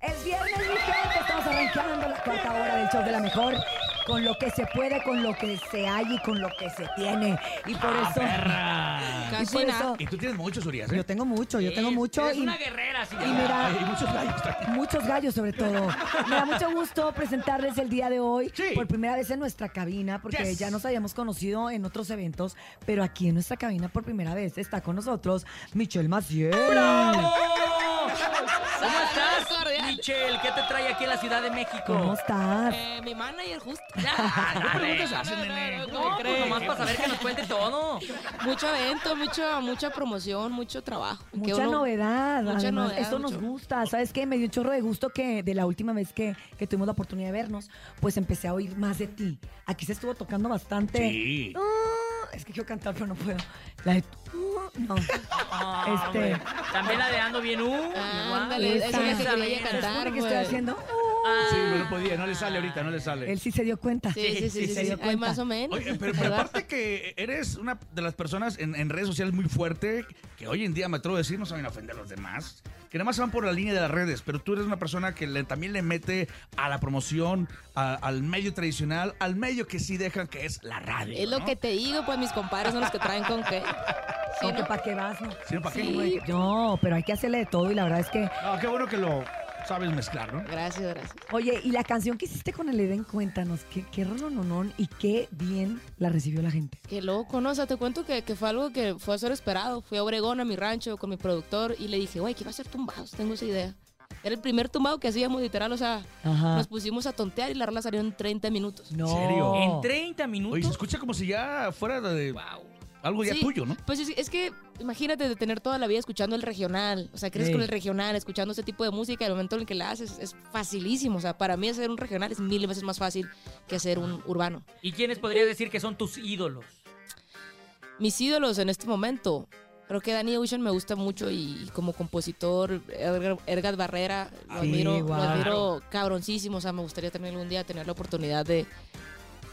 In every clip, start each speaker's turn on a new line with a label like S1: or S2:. S1: Es viernes, mi gente. Estamos arrancando la cuarta hora del show de la mejor. Con lo que se puede, con lo que se hay y con lo que se tiene. Y por
S2: Ah,
S1: eso.
S2: perra.
S1: Y por
S3: Casina.
S1: eso.
S2: Y tú tienes muchos, Urias, ¿eh?
S1: Yo tengo mucho, yo tengo mucho.
S2: Eres
S1: y-
S2: una guerrera, sí.
S1: y mira-
S2: Ay, Y muchos gallos también.
S1: Muchos gallos sobre todo. Me da mucho gusto presentarles el día de hoy
S2: Sí.
S1: por primera vez en nuestra cabina, porque
S2: Yes.
S1: ya nos habíamos conocido en otros eventos, pero aquí en nuestra cabina por primera vez está con nosotros Michelle Maciel.
S4: ¡Oh! ¿Cómo
S3: Saludos
S4: estás,
S3: cordiales.
S4: Michelle? ¿Qué te trae aquí a la Ciudad de México?
S1: ¿Cómo estás?
S3: Eh, mi manager justo.
S2: ¿Qué preguntas
S3: No,
S2: hacen,
S3: no,
S2: nene?
S3: no,
S4: No,
S3: ¿cómo
S4: pues
S3: crees?
S4: nomás para saber que nos cuente todo.
S3: Mucho evento, mucho, mucha promoción, mucho trabajo. Que
S1: Mucha
S3: uno-
S1: novedad,
S3: mucha
S1: además,
S3: novedad,
S1: esto nos
S3: mucho.
S1: gusta, ¿sabes qué? Me dio un chorro de gusto que de la última vez que, que tuvimos la oportunidad de vernos, pues empecé a oír más de ti. Aquí se estuvo tocando bastante.
S2: Sí.
S1: Ah, es que quiero cantar, pero no puedo. La de... ah, no.
S4: Ah,
S1: Este.
S4: hombre. También la de Ando bien. Uh,
S3: Ándale,
S1: Esa.
S3: eso es lo que quería
S4: Esa.
S1: ¿Se
S3: cantar.
S1: supone que estoy
S3: güey.
S1: haciendo? Ah.
S4: Ah.
S2: Sí,
S3: Ah.
S2: pero no podía, no le sale ahorita, no le sale.
S1: Él sí se dio cuenta.
S3: Sí, sí, sí, sí,
S1: se
S3: sí,
S1: dio
S3: ay,
S1: cuenta.
S3: más o menos.
S2: Oye, pero, pero
S3: ¿verdad?
S2: aparte que eres una de las personas en, en redes sociales muy fuerte, que hoy en día me atrevo a decir, no saben ofender a los demás, que nada más se van por la línea de las redes, pero tú eres una persona que le- también le mete a la promoción, a- al medio tradicional, al medio que sí dejan, que es la radio.
S3: Es lo
S2: ¿no?
S3: que te digo, pues mis compadres son los que traen con qué. Sí,
S1: Aunque
S3: ¿no?
S1: para qué vas, ¿no?
S2: Sí, ¿para qué?
S3: Sí.
S1: Güey, No, pero hay que hacerle de todo y la verdad es que...
S2: No, qué bueno que lo sabes mezclar, ¿no?
S3: Gracias, gracias.
S1: Oye, y la canción que hiciste con el Eden, cuéntanos, qué, qué rolononón y qué bien la recibió la gente.
S3: Qué loco, ¿no? O sea, te cuento que, que fue algo que fue a ser esperado. Fui a Obregón, a mi rancho, con mi productor, y le dije, güey, ¿qué va a ser tumbados? Tengo esa idea. Era el primer tumbado que hacíamos, literal, o sea,
S1: Ajá.
S3: nos pusimos a tontear y la rola salió en 30 minutos.
S1: No.
S2: serio?
S1: Oh.
S4: En 30 minutos.
S2: Oye, se escucha como si ya fuera de
S3: Wow.
S2: algo ya
S3: Sí,
S2: tuyo, ¿no?
S3: Pues es, es que imagínate de tener toda la vida escuchando el regional, o sea, creces
S1: Sí.
S3: con el regional, escuchando ese tipo de música, el momento en el que la haces es facilísimo, o sea, para mí hacer un regional es mil veces más fácil que hacer un urbano.
S4: ¿Y quiénes podrías decir que son tus ídolos?
S3: Mis ídolos en este momento, creo que Danny Ocean me gusta mucho y, como compositor, Edgar- Edgar Barrera, lo
S1: Sí,
S3: admiro, lo
S1: guau.
S3: admiro cabroncísimo, o sea, me gustaría también algún día tener la oportunidad de,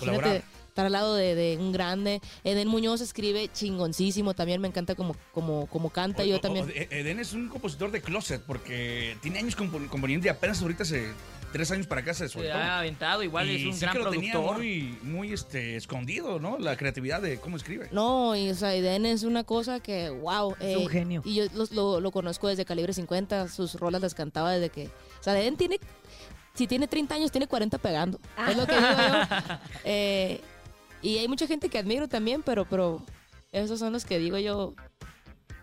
S2: Colaborar.
S3: imagínate, estar al lado de, de un grande. Eden Muñoz escribe chingoncísimo, también me encanta como, como, como canta, y yo
S2: O- o-
S3: también.
S2: o- E- Eden es un compositor de closet porque tiene años compo- componiendo y apenas ahorita hace tres años para acá se
S4: Se
S2: soltó.
S4: ha aventado, ah, igual
S2: Y
S4: es un
S2: sí
S4: gran
S2: que lo tenía
S4: productor.
S2: muy, muy este, escondido, ¿no? La creatividad de cómo escribe.
S3: No, y o sea, Eden es una cosa que, wow.
S1: Es un genio.
S3: Y yo los- lo, lo conozco desde Calibre 50, sus rolas las cantaba desde que... O sea, Eden tiene, si tiene 30 años, tiene 40 pegando. Es lo que digo yo. Eh, y hay mucha gente que admiro también, pero, pero esos son los que digo yo,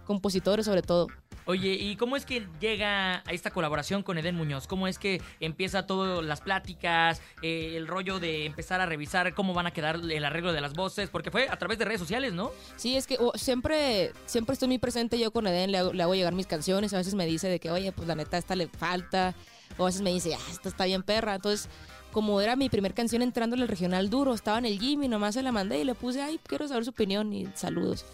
S3: compositores sobre todo.
S4: Oye, ¿y cómo es que llega a esta colaboración con Eden Muñoz? ¿Cómo es que empieza todas las pláticas, eh, el rollo de empezar a revisar cómo van a quedar el arreglo de las voces? Porque fue a través de redes sociales, ¿no?
S3: Sí, es que o- siempre, siempre estoy muy presente yo con Eden, le hago, le hago llegar mis canciones, a veces me dice de que, oye, pues la neta, esta le falta, o a veces me dice, ah, esta está bien perra, entonces... Como era mi primer canción entrando en el regional duro, estaba en el gym y nomás se la mandé y le puse, ay, quiero saber su opinión y saludos.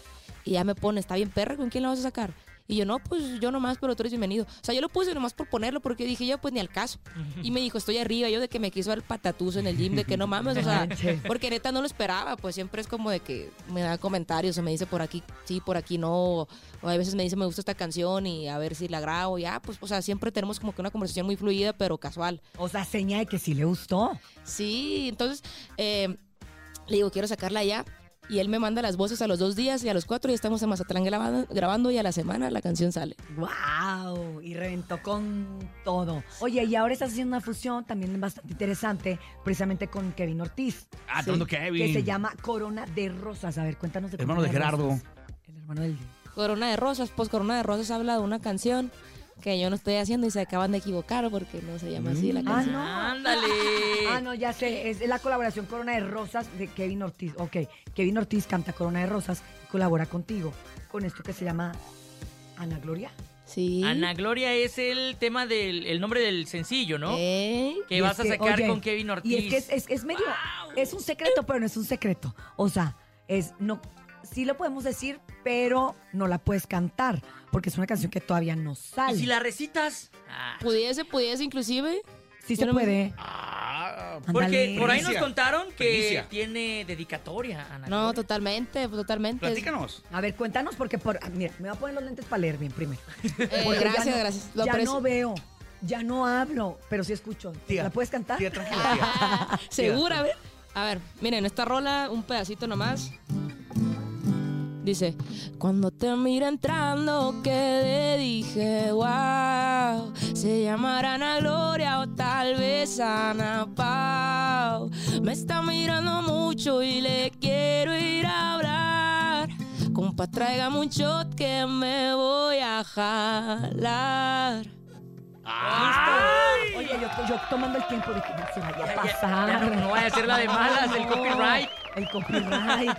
S3: Y ya me pone, está bien perra, ¿con quién la vas a sacar? Y yo, no, pues yo nomás, pero tú eres bienvenido. O sea, yo lo puse nomás por ponerlo porque dije, yo pues ni al caso. Y me dijo, estoy arriba, yo de que me quiso dar el patatuzo en el gym, de que no mames, o sea, porque neta no lo esperaba, pues siempre es como de que me da comentarios o me dice por aquí sí, por aquí no, o a veces me dice me gusta esta canción y a ver si la grabo, ya, pues, o sea, siempre tenemos como que una conversación muy fluida, pero casual.
S1: O sea, seña de que sí le gustó.
S3: Sí, entonces eh, le digo, quiero sacarla ya. Y él me manda las voces a los dos días y a los cuatro ya estamos en Mazatlán grabando, grabando y a la semana la canción sale.
S1: ¡Wow! Y reventó con todo. Oye, y ahora estás haciendo una fusión también bastante interesante, precisamente con Kevin Ortiz,
S2: Ah,
S3: Sí,
S2: tanto Kevin.
S1: que se llama Corona de Rosas. A ver, cuéntanos de
S2: Hermano
S1: Corona
S2: de Gerardo.
S1: Rosas. El hermano del...
S3: Corona de Rosas, pues Corona de Rosas habla de una canción que yo no estoy haciendo y se acaban de equivocar porque no se llama así la
S1: Mm.
S3: canción.
S1: Ah, no.
S4: ¡Ándale!
S1: Ah, no, ya sé, es la colaboración Corona de Rosas de Kevin Ortiz. Ok, Kevin Ortiz canta Corona de Rosas y colabora contigo con esto que se llama Ana Gloria.
S3: Sí.
S4: Ana Gloria es el tema del el nombre del sencillo, ¿no?
S3: Ey.
S4: que
S1: Eh, Y
S4: vas
S1: es
S4: a
S1: que,
S4: sacar
S1: este, oye,
S4: con Kevin Ortiz.
S1: Y es que es, es- es medio, es un secreto, pero no es un secreto. O sea, es no, sí lo podemos decir, pero no la puedes cantar porque es una canción que todavía no
S4: ¿Y
S1: sale.
S4: si la recitas? Ah,
S3: Pudiese, pudiese inclusive.
S1: sí se
S3: yo no me-
S1: puede.
S2: Ah,
S4: porque
S1: Ándale.
S4: por ahí nos
S2: Primicia.
S4: contaron que
S2: Primicia.
S4: tiene dedicatoria, Ana.
S3: No,
S4: Gloria.
S3: totalmente, totalmente.
S2: platícanos.
S1: A ver, cuéntanos porque por, ah, mira, me voy a poner los lentes para leer bien primero.
S3: Eh,
S1: Porque ya
S3: gracias,
S1: no-
S3: gracias. Lo
S1: ya
S3: aprecio.
S1: no veo. Ya no hablo, pero sí escucho.
S2: Tía,
S1: ¿La puedes cantar?
S2: Tía, tranquila, tía.
S3: Segura, a ver. A ver, miren, esta rola, un pedacito nomás. Dice, cuando te mira entrando, que dije, wow, se llamará Ana Gloria o tal vez Ana Pau. Me está mirando mucho y le quiero ir a hablar. Compa, tráigame un shot que me voy a jalar.
S1: Oye, yo, yo tomando el tiempo de que no se vaya a pasar.
S4: Ya no, no vaya a ser la de malas, el
S1: No,
S4: copyright.
S1: El copyright.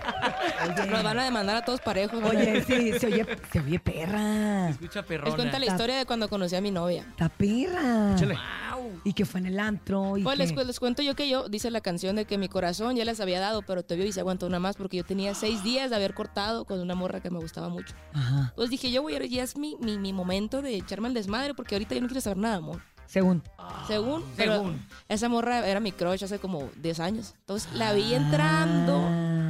S3: Nos van a demandar a todos parejos. ¿verdad?
S1: Oye, sí, se oye, se oye perra.
S4: Escucha
S1: Pues
S3: Les cuenta
S4: perrona.
S3: la historia de cuando conocí a mi novia.
S1: Está perra.
S2: Échale.
S4: Wow.
S1: Y que fue en el antro. Y
S3: Pues
S1: que-
S3: les, cu- les cuento yo que yo, dice la canción de que mi corazón ya les había dado, pero te vio y se aguantó una más porque yo tenía seis días de haber cortado con una morra que me gustaba mucho.
S1: Ajá.
S3: Entonces dije, yo voy a ya es mi, mi, mi momento de echarme al desmadre porque ahorita yo no quiero saber nada, amor.
S1: Ah, Según.
S3: Según, pero
S4: según.
S3: esa morra era mi crush hace como 10 años. Entonces la
S1: Ah.
S3: vi entrando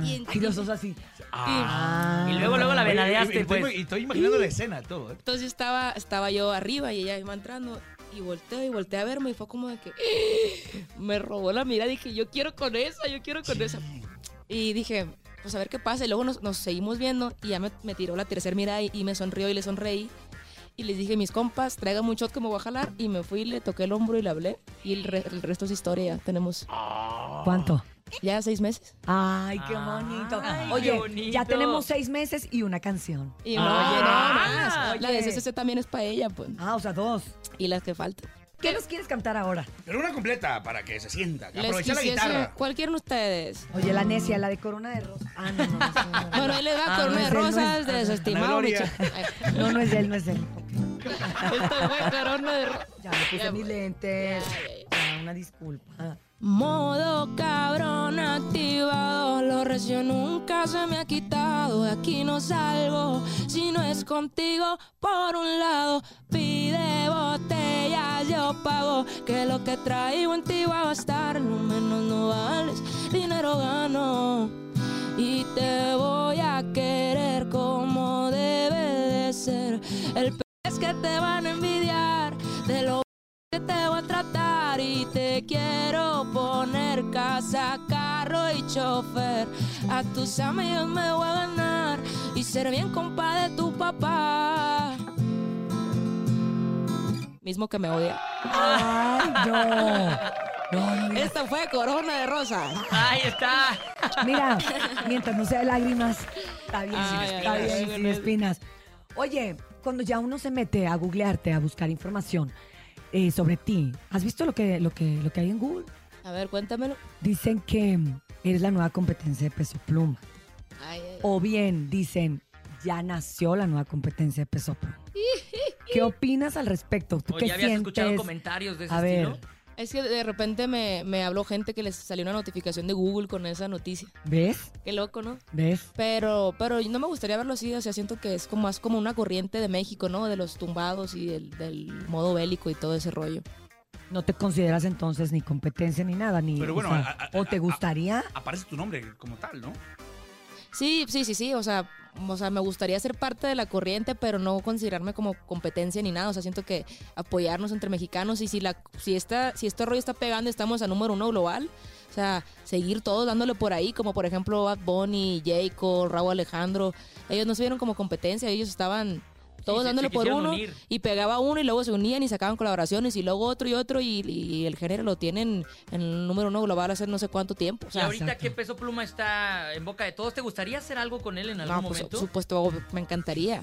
S3: y, en-
S1: Ay, los dos así. Ah.
S4: Y luego, luego la
S2: Oye, y- y
S4: venadeaste,
S2: estoy-
S4: pues.
S2: Y estoy imaginando la escena, todo. ¿eh?
S3: Entonces yo estaba, estaba yo arriba y ella iba entrando y volteó y volteé a verme y fue como de que me robó la mirada y dije, yo quiero con esa, yo quiero con esa. Y dije, pues a ver qué pasa. Y luego nos, nos seguimos viendo y ya me, me tiró la tercera mirada y, y me sonrió y le sonreí. Y les dije, mis compas, traigan un shot que me voy a jalar. Y me fui, le toqué el hombro y le hablé. Y el, re- el resto es historia. Ya tenemos
S1: Ah. ¿Cuánto?
S3: ya seis meses.
S1: Ay, qué bonito.
S4: Ay,
S1: Oye,
S4: qué bonito.
S1: ya tenemos seis meses y una canción.
S3: Y no,
S4: Ah,
S3: oye, no, más.
S1: oye.
S3: La de CCC también es para ella, pues.
S1: Ah, o sea, dos.
S3: Y las que faltan.
S1: ¿Qué nos quieres cantar ahora?
S2: Pero una completa para que se sienta.
S3: Les
S2: Aprovecha la
S3: quisiese-
S2: guitarra.
S3: Cualquiera de ustedes.
S1: Oye, la necia, la de Corona de Rosas. Ah, no, no, no, no, no.
S3: Bueno, ahí les
S1: Ah,
S3: va
S1: no es
S3: Corona de
S1: él, no es-
S3: Rosas de
S1: ah,
S3: desestimado.
S2: Ana Gloria.
S3: muchacho. Ay,
S1: No, no es de él, no es de él. Ok.
S3: Esto fue Corona de Rosas.
S1: Ya me puse
S3: Ya,
S1: mis lentes.
S3: Ya, ya,
S1: Ya, una disculpa.
S3: Modo cabrón activado, lo recio nunca se me ha quitado. De aquí no salgo si no es contigo. Por un lado, pide botella, yo pago. Que lo que traigo en ti va a bastar. No menos no vales, dinero gano. Y te voy a querer como debe de ser. El pe- es que te van a envidiar de lo que te voy a tratar y te quiero poner casa, carro y chofer. A tus amigos me voy a ganar y ser bien compa de tu papá. Mismo que me odia.
S1: ¡Ay, no! No, mira.
S3: Esta fue Corona de Rosa.
S4: Ahí está.
S1: Mira, mientras no sea de lágrimas, está bien,
S3: Ay,
S1: está
S3: ay,
S1: bien,
S3: ay,
S1: sin
S3: ay.
S1: espinas. Oye, cuando ya uno se mete a googlearte, a buscar información eh, sobre ti, ¿has visto lo que, lo, que, lo que hay en Google?
S3: A ver, cuéntamelo.
S1: Dicen que mm, eres la nueva competencia de peso pluma. O bien dicen, ya nació la nueva competencia de peso pluma. ¿Qué opinas al respecto? ¿Tú
S4: Oye,
S1: qué
S4: habías escuchado
S1: sientes?
S4: comentarios de ese
S1: A ver,
S4: estilo.
S3: Es que de repente me, me habló gente que les salió una notificación de Google con esa noticia.
S1: ¿ves?
S3: Qué loco, ¿no?
S1: ¿Ves?
S3: Pero, pero no me gustaría verlo así, o sea, siento que es como más como una corriente de México, ¿no? De los tumbados y del, del modo bélico y todo ese rollo.
S1: No te consideras entonces ni competencia ni nada, ni...
S2: Pero
S1: o
S2: bueno,
S1: sea,
S2: a- a-
S1: ¿o te
S2: a- a-
S1: gustaría?
S2: Aparece tu nombre como tal, ¿no?
S3: Sí, sí, sí, sí, o sea, o sea, me gustaría ser parte de la corriente, pero no considerarme como competencia ni nada, o sea, siento que apoyarnos entre mexicanos y si la si esta si este rollo está pegando, estamos a número uno global, o sea, seguir todos dándole por ahí, como por ejemplo Bad Bunny, Jacob, Raúl Alejandro, ellos no se vieron como competencia, ellos estaban todos
S4: Sí, se-
S3: dándole
S4: se
S3: por
S4: quisieron
S3: uno.
S4: unir.
S3: y pegaba uno y luego se unían y sacaban colaboraciones y luego otro y otro y, y el género lo tienen en el número uno global hace no sé cuánto tiempo. O
S4: Y
S3: sea,
S4: ahorita
S1: exacto.
S4: que Peso Pluma está en boca de todos, ¿te gustaría hacer algo con él en algún
S3: no, pues,
S4: momento?
S3: por supuesto, obvio, me encantaría.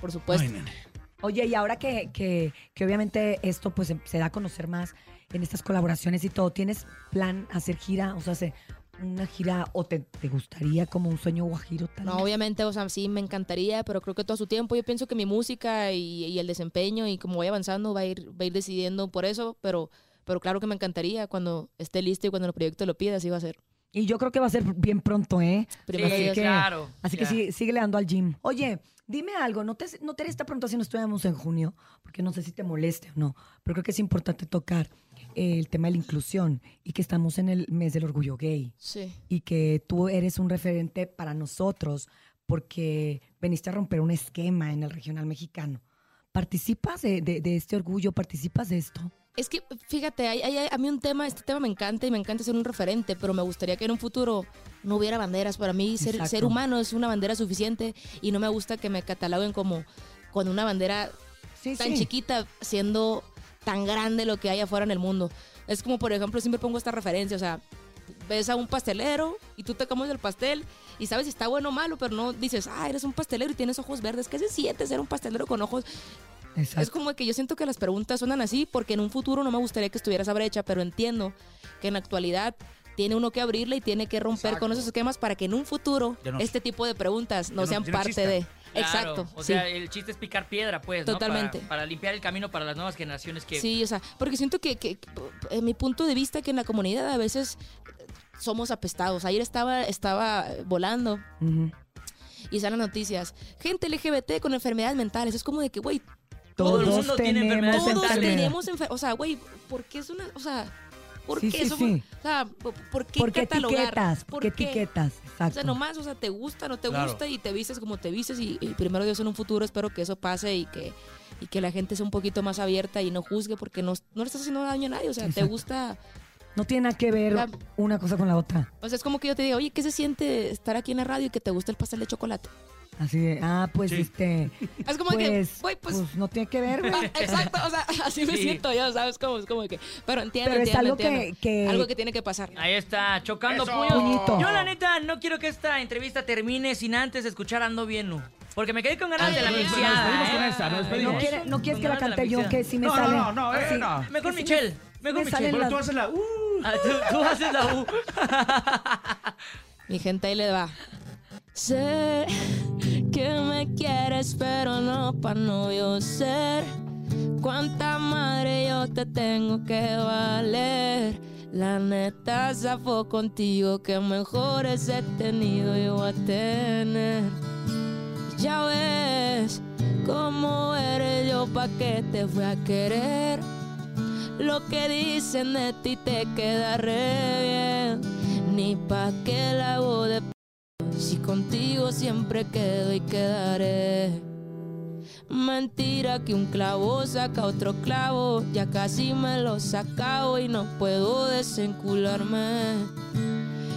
S3: Por supuesto.
S2: Ay, nene.
S1: Oye, y ahora que, que- que obviamente esto pues em- se da a conocer más en estas colaboraciones y todo, ¿tienes plan hacer gira? O sea, hacer una gira o te, te gustaría como un sueño guajiro tal
S3: No,
S1: vez?
S3: obviamente, o sea, sí, me encantaría, pero creo que todo a su tiempo. Yo pienso que mi música y, y el desempeño y como voy avanzando va a ir, va a ir decidiendo por eso, pero, pero claro que me encantaría cuando esté listo y cuando el proyecto lo pida, así va a ser.
S1: Y yo creo que va a ser bien pronto, ¿eh?
S3: Primero
S4: Sí,
S3: Dios.
S4: claro.
S1: Así
S4: Ya.
S1: que sigue, síguele dando al gym. Oye, dime algo, no te, no te haré esta pregunta si no estuviéramos en junio, porque no sé si te moleste o no, pero creo que es importante tocar eh, el tema de la inclusión y que estamos en el mes del orgullo gay.
S3: Sí.
S1: y que tú eres un referente para nosotros porque veniste a romper un esquema en el regional mexicano. ¿Participas de, de- de este orgullo? ¿Participas de esto?
S3: Es que, fíjate, hay- hay- a mí un tema, este tema me encanta y me encanta ser un referente, pero me gustaría que en un futuro no hubiera banderas. Para mí, ser,
S1: Exacto.
S3: ser humano es una bandera suficiente y no me gusta que me cataloguen como con una bandera
S1: Sí,
S3: tan chiquita siendo tan grande lo que hay afuera en el mundo. Es como, por ejemplo, siempre pongo esta referencia, o sea, ves a un pastelero y tú te comes el pastel y sabes si está bueno o malo, pero no dices, ah, eres un pastelero y tienes ojos verdes. ¿Qué se siente ser un pastelero con ojos? Es
S1: Exacto.
S3: como que yo siento que las preguntas suenan así porque en un futuro no me gustaría que estuviera esa brecha, pero entiendo que en la actualidad tiene uno que abrirla y tiene que romper con
S2: Exacto.
S3: esos esquemas para que en un futuro
S2: Ya no-
S3: este tipo de preguntas
S2: ya
S3: no
S2: no-
S3: sean
S2: ya no
S3: parte
S2: existan.
S3: de...
S4: Claro,
S3: Exacto.
S4: O
S3: sí.
S4: sea, el chiste es picar piedra, pues, ¿no? Para-
S3: Totalmente.
S4: Para, limpiar el camino para las nuevas generaciones que...
S3: Sí, o sea, porque siento que, que, que, en mi punto de vista, que en la comunidad a veces eh, somos apestados. Ayer estaba, estaba volando
S1: Ujú.
S3: y salen noticias. Gente LGBT con enfermedades mentales. Es como de que, güey,
S4: Todo el mundo tiene
S1: tenemos
S4: enfermedades
S3: todos
S4: mentales.
S3: tenemos enfermedades. O sea, güey, ¿por qué es una...? O sea, ¿por
S1: Sí,
S3: qué
S1: sí,
S3: eso?
S1: sí.
S3: O sea, ¿por- ¿por qué
S1: ¿Por qué
S3: catalogar?
S1: etiquetas? ¿Por qué etiquetas?
S3: O
S1: Exacto.
S3: sea, nomás, o sea, te gusta, no te
S2: Claro.
S3: gusta y te vistes como te vistes y, y primero Dios en un futuro espero que eso pase y que, y que la gente sea un poquito más abierta y no juzgue porque no, no le estás haciendo daño a nadie, o sea, te
S1: Exacto.
S3: gusta...
S1: No tiene nada que ver
S3: La-
S1: una cosa con la otra.
S3: O sea, es como que yo te diga, oye, ¿qué se siente estar aquí en la radio y que te gusta el pastel de chocolate?
S1: Así de, ah, pues
S2: Sí.
S1: este.
S3: Es como
S1: Pues,
S3: que, güey, pues...
S1: pues, no tiene que ver, güey.
S3: ah, exacto, o sea, así me
S4: Sí.
S3: siento yo, ¿sabes? Como, es como que... Pero entiendo,
S1: Pero es
S3: entiendo,
S1: algo que-
S3: entiendo.
S1: que-
S3: Algo que tiene que pasar.
S4: Ahí está, chocando
S2: Eso.
S4: puños.
S1: Puñito.
S4: Yo, la neta, no quiero que esta entrevista termine sin antes escuchar Ando Bien Nu. Porque me quedé con ganas
S3: Ay,
S4: de la
S3: nos
S4: mixeada,
S2: despedimos con
S4: ¿eh?
S2: esa, nos despedimos.
S1: No, quiere- no quieres que la
S4: Con ganas
S1: cante
S4: de
S1: yo, que
S4: mixeada.
S1: sí me
S2: No, no,
S1: sale.
S2: no, no, eh,
S1: así.
S2: no.
S4: Mejor
S1: Que sí
S4: Michelle,
S1: me
S4: mejor
S1: salen
S4: Michelle.
S2: Bueno,
S1: las-
S2: tú haces la. uh.
S4: Ah, tú, tú haces la U.
S3: Mi gente ahí le va. Sé que me quieres, pero no pa' novio ser. Cuánta madre yo te tengo que valer. La neta zafo contigo que mejores he tenido yo voy a tener. Ya ves cómo eres yo pa' que te fui a querer. Lo que dicen de ti te queda re bien. Ni pa' que la hago de p si contigo siempre quedo y quedaré. Mentira que un clavo saca otro clavo, ya casi me lo sacao y no puedo desencularme.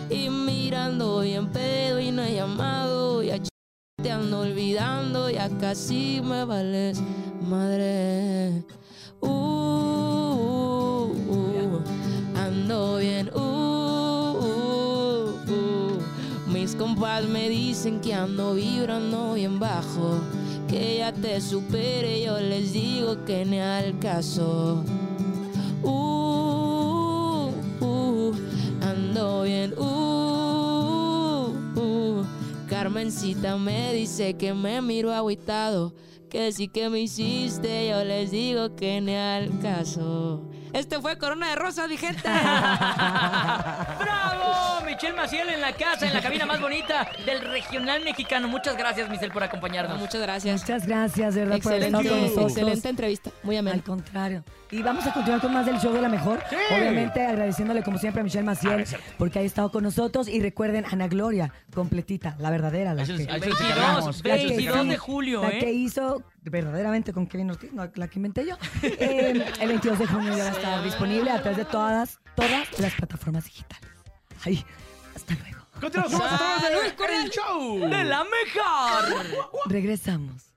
S3: Y mirando bien pedo y no he llamado, ya ch- te ando olvidando, ya casi me vales madre. Uh, uh, uh, ando bien. Uh, uh, uh. Mis compas me dicen que ando vibrando bien bajo. Que ya te supere, yo les digo que ni al caso. Uh, uh, ando bien. Uh, uh. Carmencita me dice que me miro agüitado. Que sí que me hiciste, yo les digo que ni al caso. Este fue Corona de Rosa, mi gente.
S4: ¡Bravo! Michelle Maciel en la casa, en la cabina más bonita del regional mexicano. Muchas gracias, Michelle, por acompañarnos.
S3: Muchas gracias.
S1: Muchas gracias, de verdad, por
S3: Excelente,
S1: haber estado con nosotros.
S3: excelente entrevista. Muy amena.
S1: Al contrario. Y vamos a continuar con más del show de la mejor. Obviamente agradeciéndole como siempre a Michelle
S4: Ah,
S1: Maciel porque ha estado con nosotros. Y recuerden, Ana Gloria, completita, la verdadera, la
S2: Eso es-
S1: que,
S2: eso es-
S4: 22,
S1: la que
S4: 22 de
S1: hizo-
S4: julio,
S1: la que
S4: ¿eh?
S1: hizo verdaderamente con Kevin Ortiz, no la que inventé yo. Eh, el 22 de junio ya va a estar disponible a través de todas, todas las plataformas digitales. Ahí, hasta luego.
S2: Continuamos con más a través de
S3: Salud,
S2: El Show.
S4: ¡De la mejor!
S1: Regresamos.